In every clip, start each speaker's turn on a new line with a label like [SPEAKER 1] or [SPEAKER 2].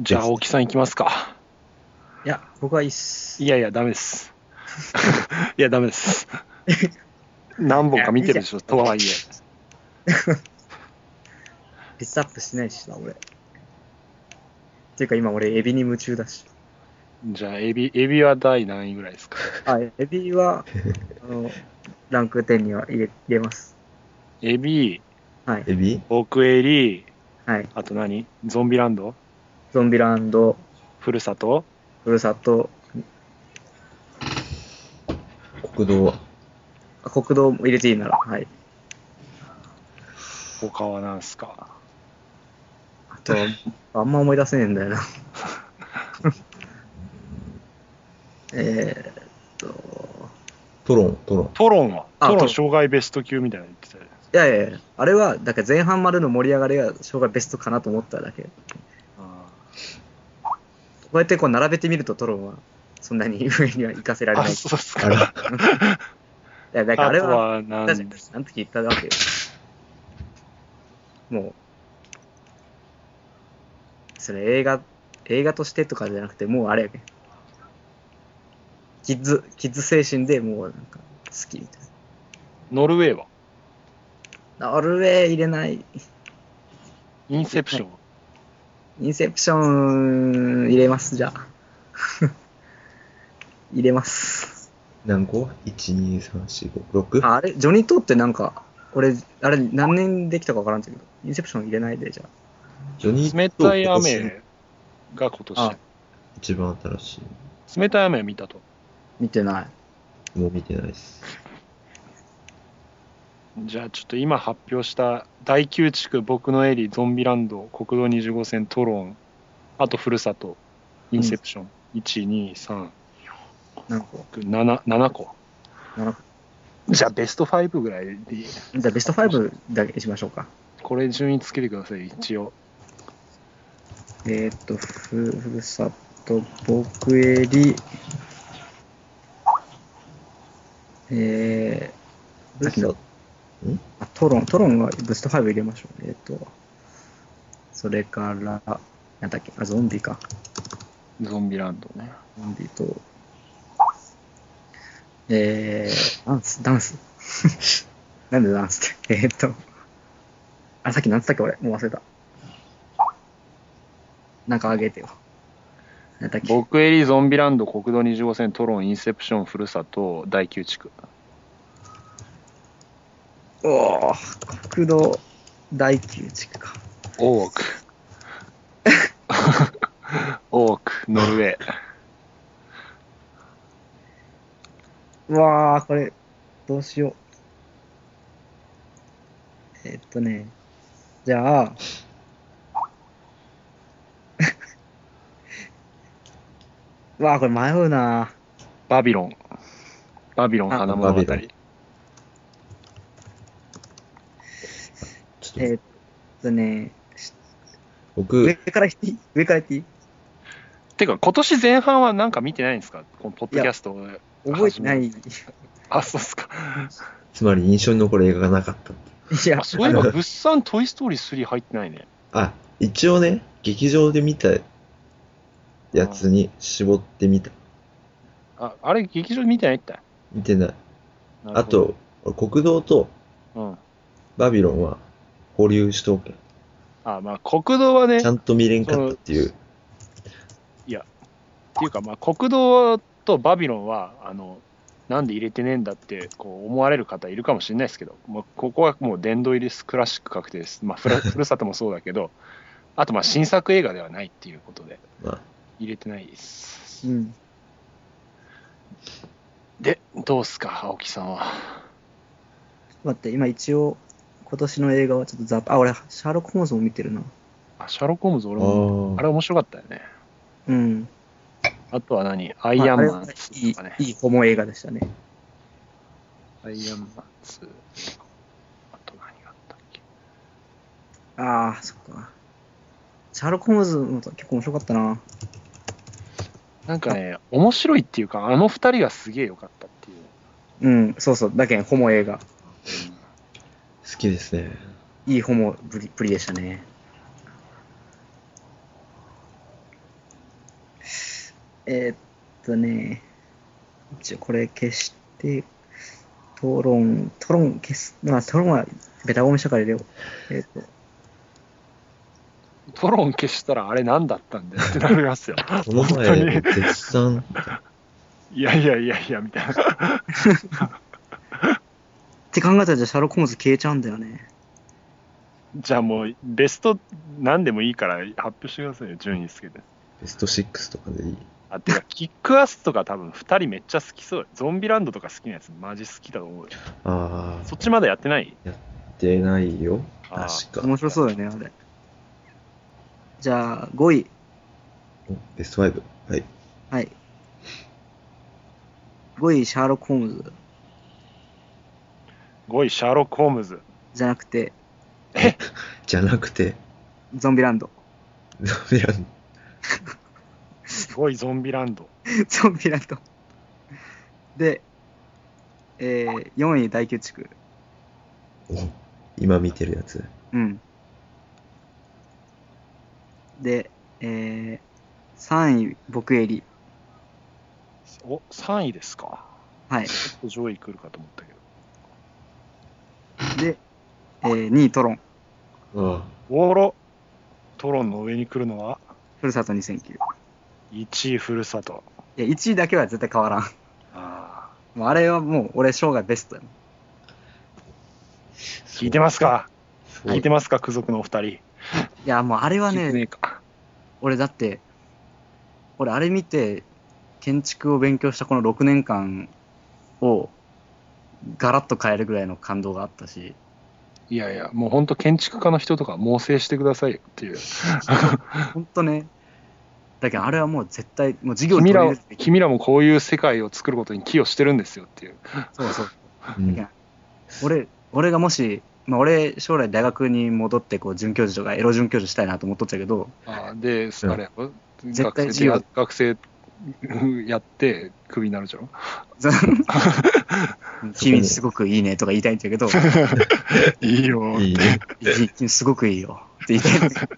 [SPEAKER 1] じゃあ、大木さんいきますか。
[SPEAKER 2] いや、僕はいいっす。
[SPEAKER 1] いやいや、ダメ です。いや、ダメです。何本か見てるでしょ、と はいえ。
[SPEAKER 2] ピッツアップしないしな、俺。っていうか今俺、エビに夢中だし。
[SPEAKER 1] じゃあ、エビ、エビは第何位ぐらいです か
[SPEAKER 2] あ、エビ は、あの、ランク10には入れ入れます。
[SPEAKER 1] エビ、
[SPEAKER 2] はい。
[SPEAKER 3] エビ
[SPEAKER 1] オクエリ、
[SPEAKER 2] はい。
[SPEAKER 1] あと何ゾンビランド
[SPEAKER 2] ゾンビランド、
[SPEAKER 1] ふるさと
[SPEAKER 2] ふるさと、
[SPEAKER 3] 国道は
[SPEAKER 2] あ国道も入れていいなら、はい。
[SPEAKER 1] 他は何すか
[SPEAKER 2] あと、あんま思い出せねえん だよな。えーっと、
[SPEAKER 3] トロン、トロン。
[SPEAKER 1] トロンは
[SPEAKER 2] あ
[SPEAKER 1] トロ
[SPEAKER 2] ト
[SPEAKER 1] ン
[SPEAKER 2] ロン
[SPEAKER 1] 障害ベスト級みたいなの言ってたよね
[SPEAKER 2] いやいやいや、あれは、だから前半までの盛り上がりが、障害ベストかなと思っただけ。こうやってこう並べてみるとトロンは、そんなに上には行かせられ
[SPEAKER 1] あ、
[SPEAKER 2] ない。い
[SPEAKER 1] そうっす
[SPEAKER 3] あ
[SPEAKER 1] か。
[SPEAKER 3] ら、
[SPEAKER 2] や、だからあ
[SPEAKER 1] あ
[SPEAKER 2] れ
[SPEAKER 1] と
[SPEAKER 2] は、
[SPEAKER 1] は何
[SPEAKER 2] だじゃん、あの時言ったわけよ。もう、それ映画、映画としてとかじゃなくて、もうあれやけん。キッズ、キッズ精神でもうなんか、好きみたい
[SPEAKER 1] ノルウェーは
[SPEAKER 2] な。ノルウェー入れない。
[SPEAKER 1] インセプション
[SPEAKER 2] インセプション入れます、じゃあ。 入れます。
[SPEAKER 3] 何個 ?1、2、3、4、5、6?
[SPEAKER 2] ああれ、ジョニー・トーってなんか、俺、あれ、何年できたか分からんけど、インセプション入れないで、じゃ
[SPEAKER 3] ジョニー
[SPEAKER 1] 冷たい
[SPEAKER 3] と今年
[SPEAKER 1] 雨が今
[SPEAKER 2] あ。あ
[SPEAKER 1] 年。、
[SPEAKER 3] 一番新し
[SPEAKER 1] 冷たい雨見たと。
[SPEAKER 2] 見てない。
[SPEAKER 3] い。もう見てないです。
[SPEAKER 1] じゃあちょっと今発表した第9地区、僕のエリ、ゾンビランド、国道25線、トロン、あとふるさと、インセプション、1、2、3、
[SPEAKER 2] 何個
[SPEAKER 1] 7、7個。
[SPEAKER 2] 7個
[SPEAKER 1] じゃあベスト5ぐらいでいい
[SPEAKER 2] じゃあベスト5だけにしましょうか。
[SPEAKER 1] これ順位つけてください、一応。
[SPEAKER 2] えーっと、ふふるさと、僕えり、えー、なんだ
[SPEAKER 3] ん
[SPEAKER 2] あトロン、トロンはベスト5入れましょう。えーっと、それから、なんだっけ、あ、ゾンビか。
[SPEAKER 1] ゾンビランドね。
[SPEAKER 2] ゾンビと、えー、ダンス、ダンス。 なんでダンスって。えーっと、あ、さっきなんつったっけ俺、もう忘れた。なんかあげてよ。なんだっけ
[SPEAKER 1] 僕エリ、ゾンビランド、国道25線、トロン、インセプション、ふるさと、第9地区。
[SPEAKER 2] おー国道第9地区か。
[SPEAKER 1] オ ーク。オーク、ノルウェー。
[SPEAKER 2] うわー、これ、どうしよう。えーっとね、じゃあ、 うわー、これ迷うな
[SPEAKER 1] バビロン。バビロン、
[SPEAKER 2] あ
[SPEAKER 1] 花物語
[SPEAKER 3] バ。ビちょっと、
[SPEAKER 2] えーっとね、し上
[SPEAKER 3] 僕、
[SPEAKER 2] から言っていい上から言っていい
[SPEAKER 1] てか、今年前半はなんか見てないんですかこのポッドキャストを。
[SPEAKER 2] 覚えてない。い
[SPEAKER 1] あ、そうっすか。
[SPEAKER 3] つまり印象に残る映画がなかった。
[SPEAKER 2] や
[SPEAKER 1] あ、そういえば、物産トイ・ストーリー3入ってないね。
[SPEAKER 3] あ、一応ね、劇場で見たやつに絞ってみた。
[SPEAKER 1] あ、あれ、劇場で見てないって。
[SPEAKER 3] 見てない。
[SPEAKER 1] なる
[SPEAKER 3] あ
[SPEAKER 1] ほど、
[SPEAKER 3] と、国道と
[SPEAKER 1] うん。
[SPEAKER 3] バビロンは保留しとけ。
[SPEAKER 1] あ、まあ、国道はね、
[SPEAKER 3] ちゃんと見れんかったっていう。
[SPEAKER 1] っていうか、まあ、国道とバビロンは、あの、なんで入れてねえんだってこう思われる方いるかもしれないですけど、まあ、ここはもう殿堂入りです、クラシック確定です、まあ、 ふらふるさともそうだけど、あとまあ新作映画ではないっていうことで、
[SPEAKER 3] まあ、
[SPEAKER 1] 入れてないです
[SPEAKER 2] う。ん。
[SPEAKER 1] で、どうっすか、青木さんは。
[SPEAKER 2] 待って、今一応、今年の映画はちょっとざっと、あ、俺、シャーロック・ホームズも見てるな。
[SPEAKER 1] あシャーロック・ホームズ、俺も、あ
[SPEAKER 3] あ
[SPEAKER 1] れ面白かったよね。
[SPEAKER 2] うん。
[SPEAKER 1] あとは何アイアンマ
[SPEAKER 2] まああ
[SPEAKER 1] ン
[SPEAKER 2] れ
[SPEAKER 1] 2とかね。
[SPEAKER 2] いい、いいホモ映画でしたね。
[SPEAKER 1] アイアンマン2。あと何があったっけ
[SPEAKER 2] ああ、そっか。シャーロック・ホームズも結構面白かったな。
[SPEAKER 1] なんかね、面白いっていうか、あの二人がすげえ良かったっていう。
[SPEAKER 2] うん、そうそう。だけん、ホモ映画。
[SPEAKER 3] 好きですね。
[SPEAKER 2] いいホモぶりぶりでしたね。えーっとね、一応これ消して、討論、討論消す、まあ討論はベタゴミしたから入れよう。えーっと、
[SPEAKER 1] トロン消したらあれ何だったんだよってなりますよ。
[SPEAKER 3] この
[SPEAKER 1] 本当に
[SPEAKER 3] 前、絶賛、
[SPEAKER 1] いやいやいやいや、みたいな。
[SPEAKER 2] って考えたらじゃあシャーロック・ホームズ消えちゃうんだよね。
[SPEAKER 1] じゃあもう、ベスト何でもいいから発表してくださいよ、順位つけて。
[SPEAKER 3] ベスト6とかでいい。
[SPEAKER 1] あ、 てか、キックアスとか多分2人めっちゃ好きそうよゾンビランドとか好きなやつ、マジ好きだと思うよ。
[SPEAKER 3] あ
[SPEAKER 1] そっちまでやってない
[SPEAKER 3] ー、出ないよ。
[SPEAKER 1] あー
[SPEAKER 3] 確か。
[SPEAKER 2] 面白そうだよね、あれ。じゃあ、5位。
[SPEAKER 3] ベスト5。はい。
[SPEAKER 2] はい。5位、シャーロック・ホームズ
[SPEAKER 1] 5位、シャーロック・ホームズ。
[SPEAKER 2] じゃなくて、
[SPEAKER 3] じゃなくて、
[SPEAKER 2] ゾンビラ ンド。
[SPEAKER 3] ダメなん
[SPEAKER 1] 5位、ゾンビランド。
[SPEAKER 2] ゾンビランド。で、えー、4位、大宮地区。
[SPEAKER 3] お今見てるやつ。
[SPEAKER 2] うん。で、えー、3位、僕襟。
[SPEAKER 1] お、3位ですか。
[SPEAKER 2] はい。
[SPEAKER 1] 上位来るかと思ったけど。
[SPEAKER 2] で、えー、2位、トロン。
[SPEAKER 3] あ
[SPEAKER 1] おろ、トロンの上に来るのは、
[SPEAKER 2] ふるさと2009。い
[SPEAKER 1] 1位、ふるさと。
[SPEAKER 2] や、1位だけは絶対変わらん。
[SPEAKER 1] ああ。
[SPEAKER 2] もうあれはもう、俺、生涯ベストやもん
[SPEAKER 1] 聞いてますか
[SPEAKER 3] そう
[SPEAKER 1] 聞いてますか、ク族のお二人。
[SPEAKER 2] いや、もうあれは
[SPEAKER 1] 聞い
[SPEAKER 2] ね
[SPEAKER 1] て、ねえか。
[SPEAKER 2] 俺だって、俺あれ見て、建築を勉強したこの6年間を、ガラッと変えるぐらいの感動があったし、
[SPEAKER 1] いやいや、もう本当建築家の人とか猛省してくださいよっていう。
[SPEAKER 2] ほんとね、だけどあれはもう絶対、もう授業
[SPEAKER 1] 君
[SPEAKER 2] に
[SPEAKER 1] ら
[SPEAKER 2] 取
[SPEAKER 1] を
[SPEAKER 2] り入れるべき
[SPEAKER 1] 君らもこういう世界を作ることに寄与してるんですよっていう。
[SPEAKER 2] そうそう。
[SPEAKER 3] うん
[SPEAKER 2] 俺、俺がもし、まあ俺、将来大学に戻って、こう、准教授とか、エロ准教授したいなと思っとったけど、
[SPEAKER 1] あーで、
[SPEAKER 3] うん
[SPEAKER 1] あれやろ
[SPEAKER 2] 絶対
[SPEAKER 1] 学
[SPEAKER 2] 授業
[SPEAKER 1] 生学生うんやってクビになるじゃん。
[SPEAKER 2] ざ君すごくいいねとか言いたいんだけど、
[SPEAKER 1] いいよ
[SPEAKER 3] いいね。
[SPEAKER 2] 君すごくいいよって言いたいんだけど。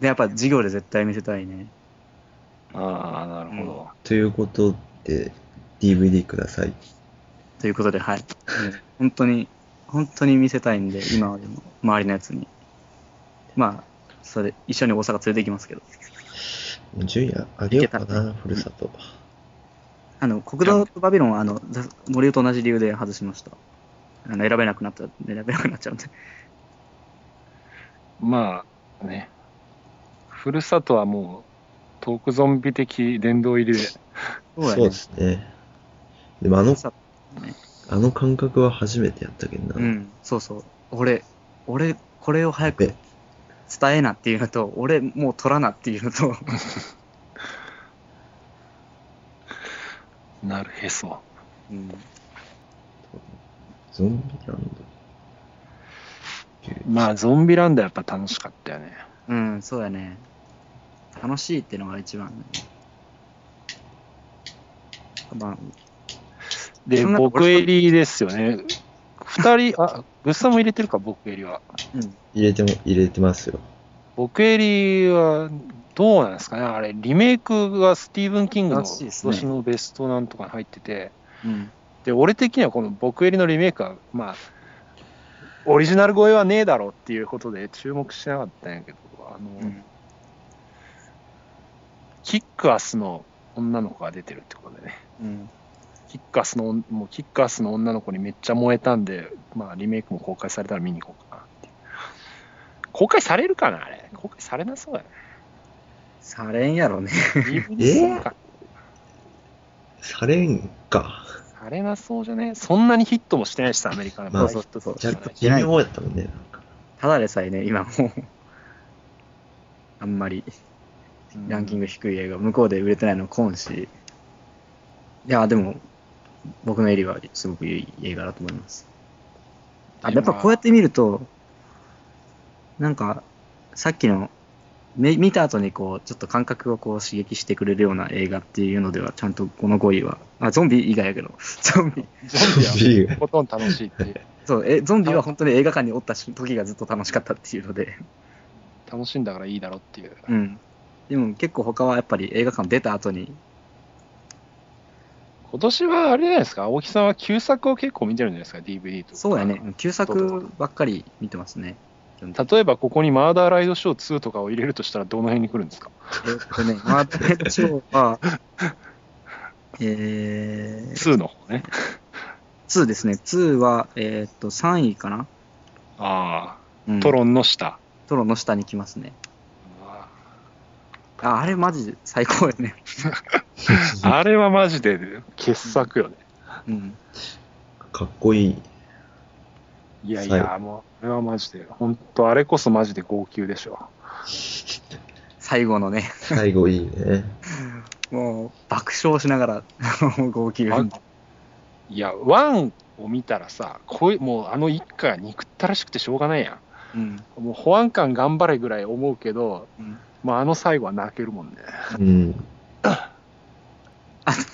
[SPEAKER 2] で、やっぱ授業で絶対見せたいね。
[SPEAKER 1] ああ、なるほど。
[SPEAKER 3] ということで、DVD ください。
[SPEAKER 2] ということで、はい。もう本当に、本当に見せたいんで、今はでも、周りのやつに。まあ、それ、一緒に大阪連れて行きますけど。
[SPEAKER 3] 順位上げようかな、ふるさと。
[SPEAKER 2] あの、国道とバビロンは、あの、ざ森尾と同じ理由で外しました。あの、選べなくなった、選べなくなっちゃうんで。
[SPEAKER 1] まあね、ふるさとはもうトークゾンビ的殿堂入りで、
[SPEAKER 2] そうや
[SPEAKER 3] そう
[SPEAKER 2] ね
[SPEAKER 3] で。すね。でもあの
[SPEAKER 2] さ
[SPEAKER 3] あの感覚は初めてやったけどな。
[SPEAKER 2] うん、そうそう。俺、俺、これを早く
[SPEAKER 3] で
[SPEAKER 2] 伝えなっていうのと、俺、もう取らなっていうのと、
[SPEAKER 1] なるへそ。
[SPEAKER 2] うん、
[SPEAKER 3] ゾンビランド。
[SPEAKER 1] まあゾンビランドやっぱ楽しかったよね。
[SPEAKER 2] うん、そうやね。楽しいっていうのが一番、ね。まあ、
[SPEAKER 1] で、
[SPEAKER 2] そんな
[SPEAKER 1] 僕襟ですよね。二人、あ、グッサンも入れてるか、僕襟は。
[SPEAKER 2] うん。
[SPEAKER 3] 入れても、入れてますよ。
[SPEAKER 1] 僕襟は、どうなんですかね、あれ、リメイクがスティーブン・キングの
[SPEAKER 2] らしい
[SPEAKER 1] 今
[SPEAKER 2] ですね
[SPEAKER 1] 年のベストなんとかに入ってて、
[SPEAKER 2] うん。
[SPEAKER 1] で、俺的にはこの僕襟のリメイクは、まあ、オリジナル声はねえだろうっていうことで注目してなかったんやけど、あの、
[SPEAKER 2] うん
[SPEAKER 1] キックアスの女の子が出てるってことでね。
[SPEAKER 2] うん。
[SPEAKER 1] キックアスの、もうキックアスの女の子にめっちゃ燃えたんで、まあリメイクも公開されたら見に行こうかなっていう。公開されるかなあれ。公開されなそうやね。
[SPEAKER 2] されんやろね。
[SPEAKER 1] DVD するか
[SPEAKER 3] されんか。
[SPEAKER 1] されなそうじゃねそんなにヒットもしてないしさ、アメリカの
[SPEAKER 3] まあ
[SPEAKER 1] バイト
[SPEAKER 2] そう
[SPEAKER 1] ヒ
[SPEAKER 3] や
[SPEAKER 1] ッ
[SPEAKER 3] っ
[SPEAKER 1] ト
[SPEAKER 3] ぱ
[SPEAKER 1] もしてない
[SPEAKER 3] 微妙やったもんね。なんか
[SPEAKER 2] ただでさえね、今もう、あんまりランキン
[SPEAKER 1] グ。
[SPEAKER 2] グ低い映画、向こうで売れてないのコーンし、いや、でも、僕のエリはすごくいい映画だと思います。あやっぱこうやって見ると、なんか、さっきの、め見た後にこう、ちょっと感覚をこう刺激してくれるような映画っていうのでは、ちゃんとこの5位は、あ、ゾンビ以外やけど、ゾンビ、
[SPEAKER 1] ゾンビ
[SPEAKER 3] ビー
[SPEAKER 1] はほとんど楽しいっていう。
[SPEAKER 2] そう、え、ゾンビは本当に映画館におったし時がずっと楽しかったっていうので、
[SPEAKER 1] 楽しんだからいいだろうっていう。
[SPEAKER 2] うん。でも結構他はやっぱり映画館出た後に、
[SPEAKER 1] 今年はあれじゃないですか、青木さんは旧作を結構見てるんじゃないですか、DVD とか。
[SPEAKER 2] そうやね、旧作ばっかり見てますね。
[SPEAKER 1] 例えばここにマーダーライドショー2とかを入れるとしたらどの辺に来るんですか
[SPEAKER 2] えっとね、マーダーライドショーは、えー、
[SPEAKER 1] ?2 の方ね。
[SPEAKER 2] 2ですね。2は、えーっと、3位かな、
[SPEAKER 1] あ
[SPEAKER 2] うん
[SPEAKER 1] あ、トロンの下。
[SPEAKER 2] トロの下に来ますね。
[SPEAKER 1] あ
[SPEAKER 2] ああれマジ最高やね。
[SPEAKER 1] ーあれはマジで傑作よね。
[SPEAKER 2] うん。
[SPEAKER 3] かっこいい。
[SPEAKER 1] いやいや、もう、あれはマジで、本当あれこそマジで号泣でしょ。
[SPEAKER 2] 最後のね、
[SPEAKER 3] 最後いいね。
[SPEAKER 2] もう爆笑しながら、 もう号泣。
[SPEAKER 1] あいや、ワンを見たらさ、こいもうあの一家が憎ったらしくてしょうがないや
[SPEAKER 2] うん。
[SPEAKER 1] ん。もう保安官頑張れぐらい思うけど、
[SPEAKER 2] うん
[SPEAKER 1] まあ、あの最後は泣けるもんね。
[SPEAKER 3] うん。
[SPEAKER 2] あ、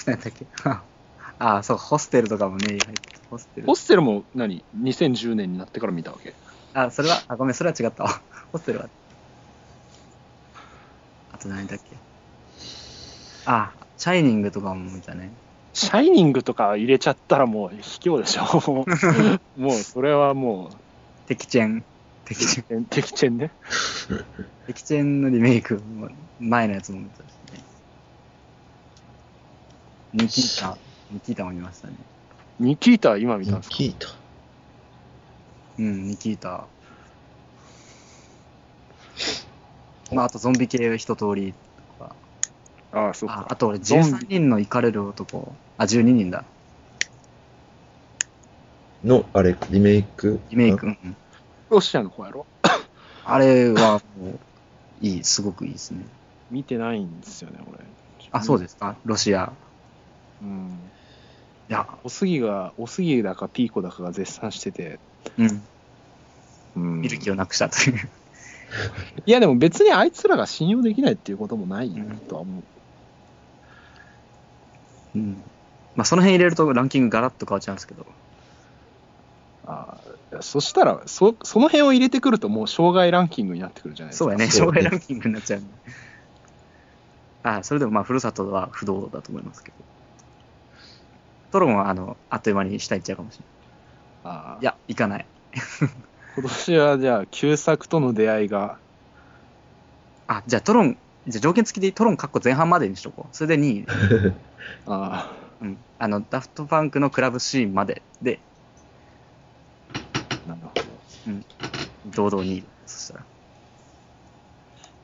[SPEAKER 2] なんだっけ。 あ、そう、ホステルとかもね、入ってホステル
[SPEAKER 1] ホ。ステルも何 ?2010 年になってから見たわけ
[SPEAKER 2] あ、それは、あ、ごめん、それは違ったわ。 ホステルは。あと何だっけ。あ、シャイニングとかも見たね。
[SPEAKER 1] シャイニングとか入れちゃったらもう卑怯でし ょ。もうもうそれはも
[SPEAKER 2] 敵チェン。敵 チェン。
[SPEAKER 1] う、敵チェンね。
[SPEAKER 2] 敵チェンのリメイクも、前のやつも見たしね。ニキータ、ニキータも見ましたね。
[SPEAKER 1] ニキータ今見たんですか
[SPEAKER 3] 聞いた。
[SPEAKER 2] うん、ニキータ。まあ、あとゾンビ系一通りとか。
[SPEAKER 1] ああ、そう
[SPEAKER 2] あ
[SPEAKER 1] か。
[SPEAKER 2] あと俺、
[SPEAKER 1] ゾンビ
[SPEAKER 2] 13人のイカれる男。あ、12人だ。
[SPEAKER 3] の、あれ、リメイク。
[SPEAKER 2] リメイク。。うん
[SPEAKER 1] ロシアの子やろ
[SPEAKER 2] あれはもう、いい、すごくいいですね。
[SPEAKER 1] 見てないんですよね、俺。
[SPEAKER 2] あ、そう
[SPEAKER 1] す。
[SPEAKER 2] ですかロシア。
[SPEAKER 1] うん。
[SPEAKER 2] いや、
[SPEAKER 1] おすぎが、おすぎだかピーコだかが絶賛してて、
[SPEAKER 2] うん。
[SPEAKER 1] うん
[SPEAKER 2] 見る気をなくしたという。
[SPEAKER 1] いやでも別にあいつらが信用できないっていうこともない
[SPEAKER 2] うん
[SPEAKER 1] とは思う。
[SPEAKER 2] うん。まあ、その辺入れるとランキングガラッと変わっちゃうんですけど。
[SPEAKER 1] あーそしたらそ、その辺を入れてくるともう障害ランキングになってくるじゃないですか。
[SPEAKER 2] そうやね、
[SPEAKER 3] そ
[SPEAKER 2] 障
[SPEAKER 3] うね
[SPEAKER 2] 害ランキングになっちゃうね。あそれでもまあ、ふるさとは不動だと思いますけど。トロンはあのあっという間に下行っちゃうかもしれ
[SPEAKER 1] あ
[SPEAKER 2] ない。
[SPEAKER 1] ー
[SPEAKER 2] いや、行かない。
[SPEAKER 1] 今年はじゃあ、旧作との出会いが、
[SPEAKER 2] あ、じゃあトロン、じゃあ条件付きでトロン括弧前半までにしとこう。それで2位、
[SPEAKER 1] あ
[SPEAKER 2] うん、あの、ダフトパンクのクラブシーンまでで、
[SPEAKER 1] ーなるほど。
[SPEAKER 2] 堂々2位。そしたら。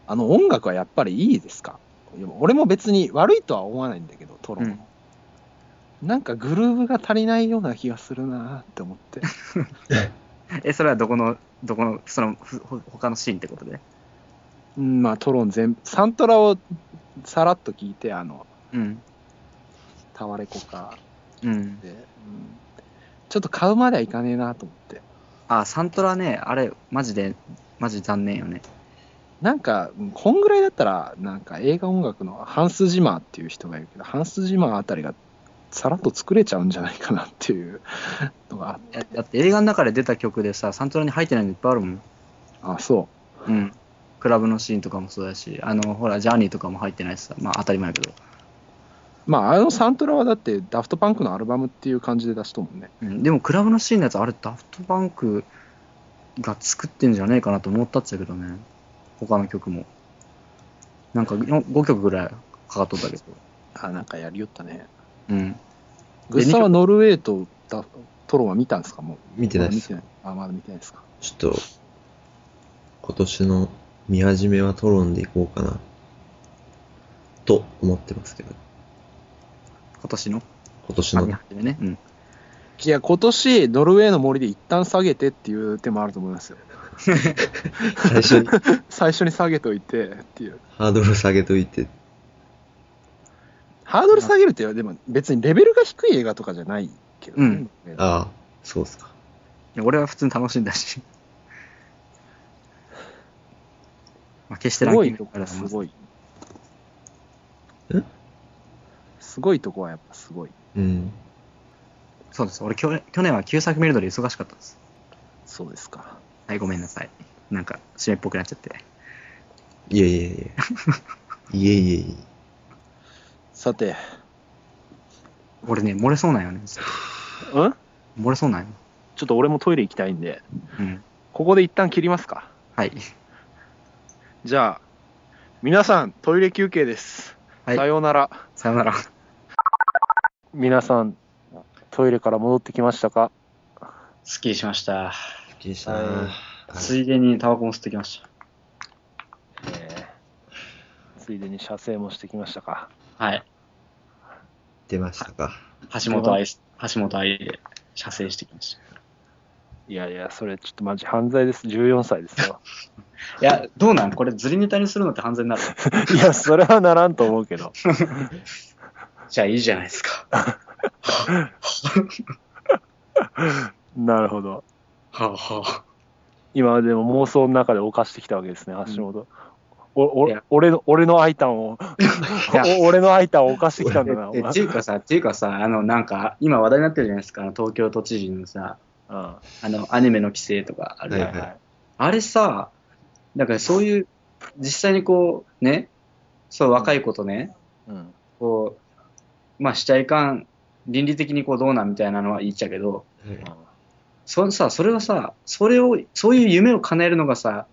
[SPEAKER 1] あの音楽はやっぱりいいですかでも俺も別に悪いとは思わないんだけど、トロの。なんかグルーブが足りないような気がするなーって思って。
[SPEAKER 2] え、それはどこの、どこの、その、ふほ他のシーンってことで。
[SPEAKER 1] うん、まあトロン全部、サントラをさらっと聞いて、あの、
[SPEAKER 2] うん。
[SPEAKER 1] タワレコか。
[SPEAKER 2] うん。
[SPEAKER 1] で、ちょっと買うまではいかねえなと思って
[SPEAKER 2] あ、サントラね、あれ、マジで、マジ残念よね。
[SPEAKER 1] なんかうんこんぐらいだったらなんか映画音楽のハンス・ジマーっていう人がいるけどハンス・ジマーあたりがさらっと作れちゃうんじゃないかなっていうのがあっ
[SPEAKER 2] いやだって映画の中で出た曲でさ、サントラに入ってないのいっぱいあるもん。
[SPEAKER 1] あそ
[SPEAKER 2] うん。クラブのシーンとかもそうだし、あの、ほら、ジャーニーとかも入ってないしさ、まあ当たり前やけど。
[SPEAKER 1] うまああのサントラはだってダフトパンクのアルバムっていう感じで出しとんもんね
[SPEAKER 2] うん、でもクラブのシーンのやつ、あれ、ダフトバンクが作ってんじゃねえかなと思ったっちゃけどね。他の曲も。なんかよ5曲ぐらいかかっとったけど。
[SPEAKER 1] あなんかやりよったね
[SPEAKER 2] うん。
[SPEAKER 1] グッサンはノルウェーとダフトロンは見たんですかもう
[SPEAKER 3] 見てないです。
[SPEAKER 1] まだ見てないあまだ見てないですか
[SPEAKER 3] ちょっと、今年の見始めはトロンでいこうかな。と思ってますけど。
[SPEAKER 2] 今年の
[SPEAKER 3] 今年
[SPEAKER 2] あ見
[SPEAKER 3] の。
[SPEAKER 2] 始めね。うん。
[SPEAKER 1] いや今年ノルウェーの森で一旦下げてっていう手もあると思いますよ
[SPEAKER 3] 最初に
[SPEAKER 1] 最初に下げといてっていう
[SPEAKER 3] ハードル下げといて。
[SPEAKER 1] ハードル下げるっていうのはでも別にレベルが低い映画とかじゃないけどね、
[SPEAKER 3] ああ、そうっすか。
[SPEAKER 2] いや俺は普通に楽しんだし。 まあ、決し
[SPEAKER 1] す
[SPEAKER 2] てラン
[SPEAKER 1] ご
[SPEAKER 2] キ
[SPEAKER 1] い
[SPEAKER 2] ング
[SPEAKER 1] とこ
[SPEAKER 2] から
[SPEAKER 1] は
[SPEAKER 2] は
[SPEAKER 1] すごい
[SPEAKER 3] ん
[SPEAKER 1] すごいとこはやっぱすごい
[SPEAKER 3] うん。
[SPEAKER 2] そうです。俺去年、去年は旧作見るので忙しかったです。
[SPEAKER 1] そうですか
[SPEAKER 2] はい、ごめんなさい。なんか、締めっぽくなっちゃって。
[SPEAKER 3] いやいやいや。いえいえ いえ。
[SPEAKER 4] さて、
[SPEAKER 5] 俺ね、漏れそうなんよね。
[SPEAKER 1] うん
[SPEAKER 5] 漏れそうなんよ。
[SPEAKER 1] ちょっと俺もトイレ行きたいんで、
[SPEAKER 5] うん。
[SPEAKER 1] ここで一旦切りますか。
[SPEAKER 5] はい。
[SPEAKER 1] じゃあ、皆さん、トイレ休憩です。
[SPEAKER 5] はい
[SPEAKER 1] さようなら。
[SPEAKER 5] さよなら。
[SPEAKER 1] 皆さん、トイレから戻ってきましたか
[SPEAKER 2] スッキリしました。
[SPEAKER 3] すっきりした
[SPEAKER 2] は
[SPEAKER 3] ない
[SPEAKER 2] ついでにタバコも吸ってきまし
[SPEAKER 1] ついでに射精もしてきましたか
[SPEAKER 2] た。はい。
[SPEAKER 3] 出ましたか。
[SPEAKER 2] 橋本愛、橋本愛で射精してきまし
[SPEAKER 1] いやいや、それちょっとマジ犯罪です。14歳ですよ。
[SPEAKER 2] た。いや、どうなんこれずりネタにするのって犯罪にな る
[SPEAKER 1] いや、それはならんと思うけど。
[SPEAKER 2] じゃあいいじゃないですか。
[SPEAKER 1] なるほど。
[SPEAKER 2] はあは
[SPEAKER 1] 今までも妄想の中で犯してきたわけですね、橋本。おお
[SPEAKER 2] いや
[SPEAKER 1] 俺の俺のアイタン を、お俺のアイタンを犯してきたんだ な、
[SPEAKER 2] あ。
[SPEAKER 1] お
[SPEAKER 2] え
[SPEAKER 1] 前
[SPEAKER 2] っていうかさ、っていうかさ、あの、なんか、今話題になってるじゃないですか、あの東京都知事のさ、
[SPEAKER 1] うんは
[SPEAKER 2] あの、アニメの規制とかある
[SPEAKER 1] い
[SPEAKER 2] じゃん
[SPEAKER 1] はい
[SPEAKER 3] は
[SPEAKER 2] あれさ、だからそういう、実際にこう、ね、そう、若い子とね、
[SPEAKER 1] うん
[SPEAKER 2] こう、まあ、しちゃいかん、倫理的にこうどうなんみたいなのは言っちゃうけど、
[SPEAKER 3] はい
[SPEAKER 2] そのさ、それはさ、それを、そういう夢を叶えるのがさ、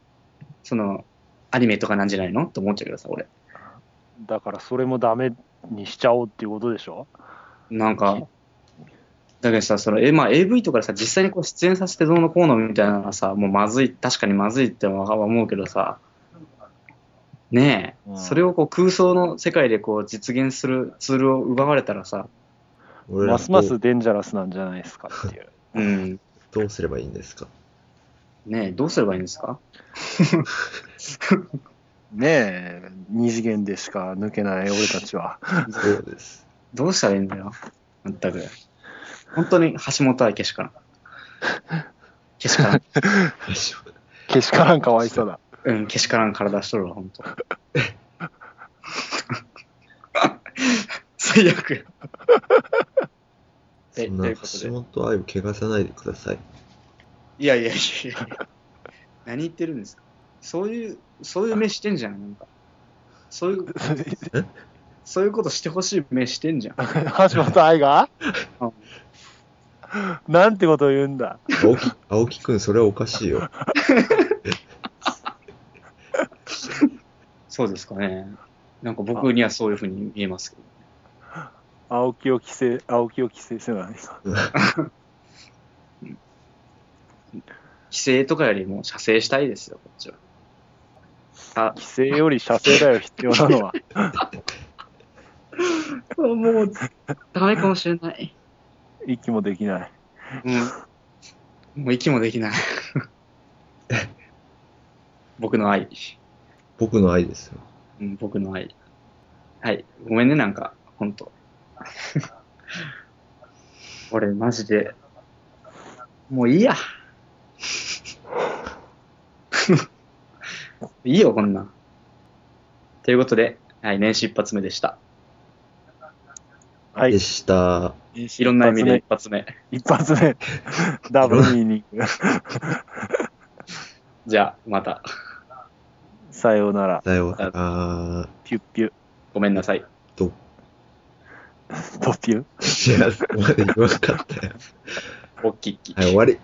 [SPEAKER 2] その、アニメとかなんじゃないのと思っちゃうけどさ、俺。
[SPEAKER 1] だからそれもダメにしちゃおうっていうことでしょ
[SPEAKER 2] なんか、だけどさ、その、え、まあ、AV とかでさ、実際にこう出演させてどうのこうのみたいなのはさ、もうまずい、確かにまずいっては思うけどさ、ねえ、
[SPEAKER 1] うん
[SPEAKER 2] それをこう空想の世界でこう実現するツールを奪われたらさ、
[SPEAKER 3] 俺ら
[SPEAKER 1] ますま
[SPEAKER 3] ど
[SPEAKER 1] す
[SPEAKER 3] う
[SPEAKER 1] デンジャラスなんじゃないですかっていう。
[SPEAKER 2] うん、
[SPEAKER 3] どうすればいいんですか
[SPEAKER 2] ねえ、どうすればいいんですか
[SPEAKER 1] ねえ、二次元でしか抜けない俺たちは。
[SPEAKER 3] そうです。
[SPEAKER 2] どうしたらいいんだよ、まったく。本当に橋本はけしからん。けしから ん。
[SPEAKER 1] けしからんかわいそうだ。
[SPEAKER 2] うん、けしからん体しとるわ、ほんと。最悪や。
[SPEAKER 3] そ
[SPEAKER 2] え
[SPEAKER 3] んな
[SPEAKER 2] ということで
[SPEAKER 3] 橋本愛を汚さないでください。
[SPEAKER 2] いやいやいやいや何言ってるんですかそういう、そういう目してんじゃん、なんか。そういう、そういうことしてほしい目してんじゃん。
[SPEAKER 1] 橋本愛が
[SPEAKER 2] うん
[SPEAKER 1] なんてことを言うんだ。
[SPEAKER 3] 青木、青木くん、それはおかしいよ。
[SPEAKER 2] そうですかね。なんか僕にはそういうふうに見えますけど。
[SPEAKER 1] 青木を規制、青木を規制せないか。
[SPEAKER 2] 規制とかよりも射精したいですよ、こっちは。あ、
[SPEAKER 1] 規制より射精だよ、必要な のは。
[SPEAKER 2] もう、ダメかもしれない。
[SPEAKER 1] 息もできない。
[SPEAKER 2] うん。もう息もできない。 僕の愛、
[SPEAKER 3] 僕の愛ですよ。
[SPEAKER 2] うん。僕の愛。はい。ごめんね、なんか、ほんと。 俺、マジで。もういいや。 いいよ、こんなん。ということで、はい、年始一発目でした。
[SPEAKER 1] はい
[SPEAKER 3] で。した。
[SPEAKER 2] いろんな意味で一発目。
[SPEAKER 1] 一発目。 ダブルミーニング。
[SPEAKER 2] じゃあ、また。
[SPEAKER 1] さようなら。
[SPEAKER 3] さようなら。
[SPEAKER 1] ピュッピュ。
[SPEAKER 2] ごめんなさい。
[SPEAKER 3] ど、
[SPEAKER 1] ドピュ。
[SPEAKER 3] いや、そこまで言わなかったよ。
[SPEAKER 2] おっきっき。
[SPEAKER 3] はい、終わり。